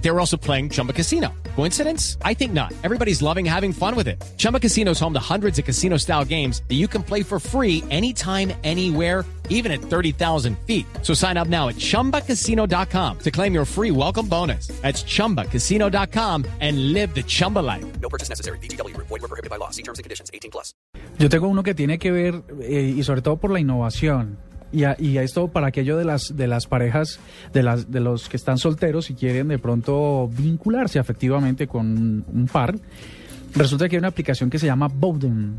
They were also playing Chumba Casino. Coincidence? I think not. Everybody's loving having fun with it. Chumba Casino is home to hundreds of casino style games that you can play for free anytime, anywhere even at 30,000 feet. So sign up now at ChumbaCasino.com to claim your free welcome bonus. That's ChumbaCasino.com and live the Chumba life. No purchase necessary. BGW. Void were prohibited by law. See terms and conditions. 18 plus. Yo tengo uno que tiene que ver, eh, y sobre todo por la innovación, y, a- y a esto para aquello de las, de las parejas, de, las, de los que están solteros y quieren de pronto vincularse afectivamente con un par. Resulta que hay una aplicación que se llama Bowden.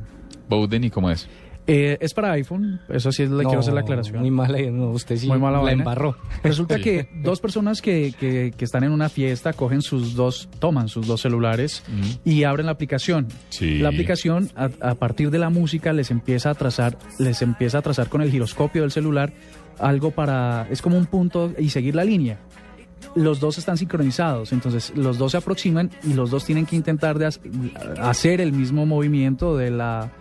Bowden y cómo es. Eh, es para iPhone, eso sí le quiero hacer la aclaración. Muy mala, no, usted sí Muy mala la vaina. embarró. Resulta Sí. que dos personas que, que- que están en una fiesta cogen sus dos, toman sus dos celulares y abren la aplicación. Sí. La aplicación, a, a partir de la música, les empieza a trazar, les empieza a trazar con el giroscopio del celular algo para. es como un punto y seguir la línea. Los dos están sincronizados, entonces los dos se aproximan y los dos tienen que intentar de hac- hacer el mismo movimiento de la,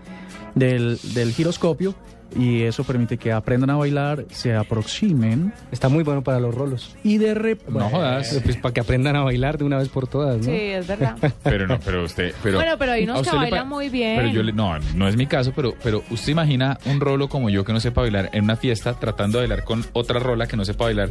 del, del giroscopio y eso permite que aprendan a bailar, se aproximen Está muy bueno para los rolos. y de rep No jodas. Pues para que aprendan a bailar de una vez por todas, ¿no? Sí, es verdad. Pero no, pero usted. Pero, Bueno, pero hay unos ¿a que usted le bailan pa- muy bien. Pero yo le- no, no es mi caso, pero, pero usted imagina un rolo como yo que no sepa bailar en una fiesta tratando de bailar con otra rola que no sepa bailar,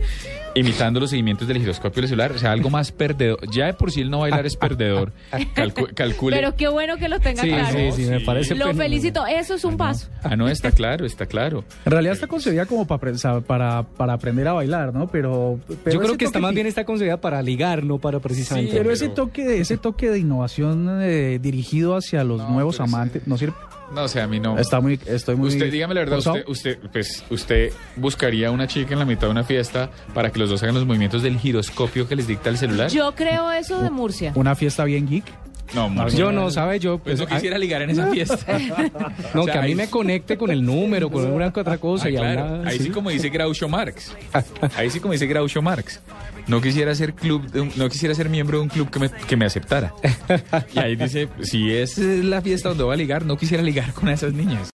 imitando los seguimientos del giroscopio del celular. O sea, algo más perdedor. Ya de por sí el no bailar es perdedor. Calcu- calcule. Pero qué bueno que lo tenga Sí, claro. sí, sí, me parece. Lo fenomenal. felicito. Eso es un paso. Ah, no, está claro, está claro. En realidad está concebida como para, apre- o sea, para, para aprender a bailar, ¿no? Pero, pero Yo creo ese que está más toqueti- bien está concebida para ligar, no para precisamente. pero ese toque de ese toque de innovación eh, dirigido hacia los No, nuevos pero ese- amantes no sirve. No, o sea, a mí no. Está muy estoy muy Usted, dígame la verdad, forzado. usted, usted, pues, usted buscaría una chica en la mitad de una fiesta para que los dos hagan los movimientos del giroscopio que les dicta el celular. Yo creo eso de Murcia. una fiesta bien geek. no, Marcelo. Yo no, ¿sabe? Yo Pues no eso- ah, quisiera ligar en esa fiesta. no, o sea, que a mí ahí- me conecte con el número, con alguna que otra cosa. Ah, y a claro. una- Ahí sí. sí. como dice Groucho Marx. Ahí sí como dice Groucho Marx. No quisiera ser club, de un- no quisiera ser miembro de un club que me, que me aceptara. Y ahí dice, si es eh, la fiesta donde va a ligar, no quisiera ligar con esas niñas.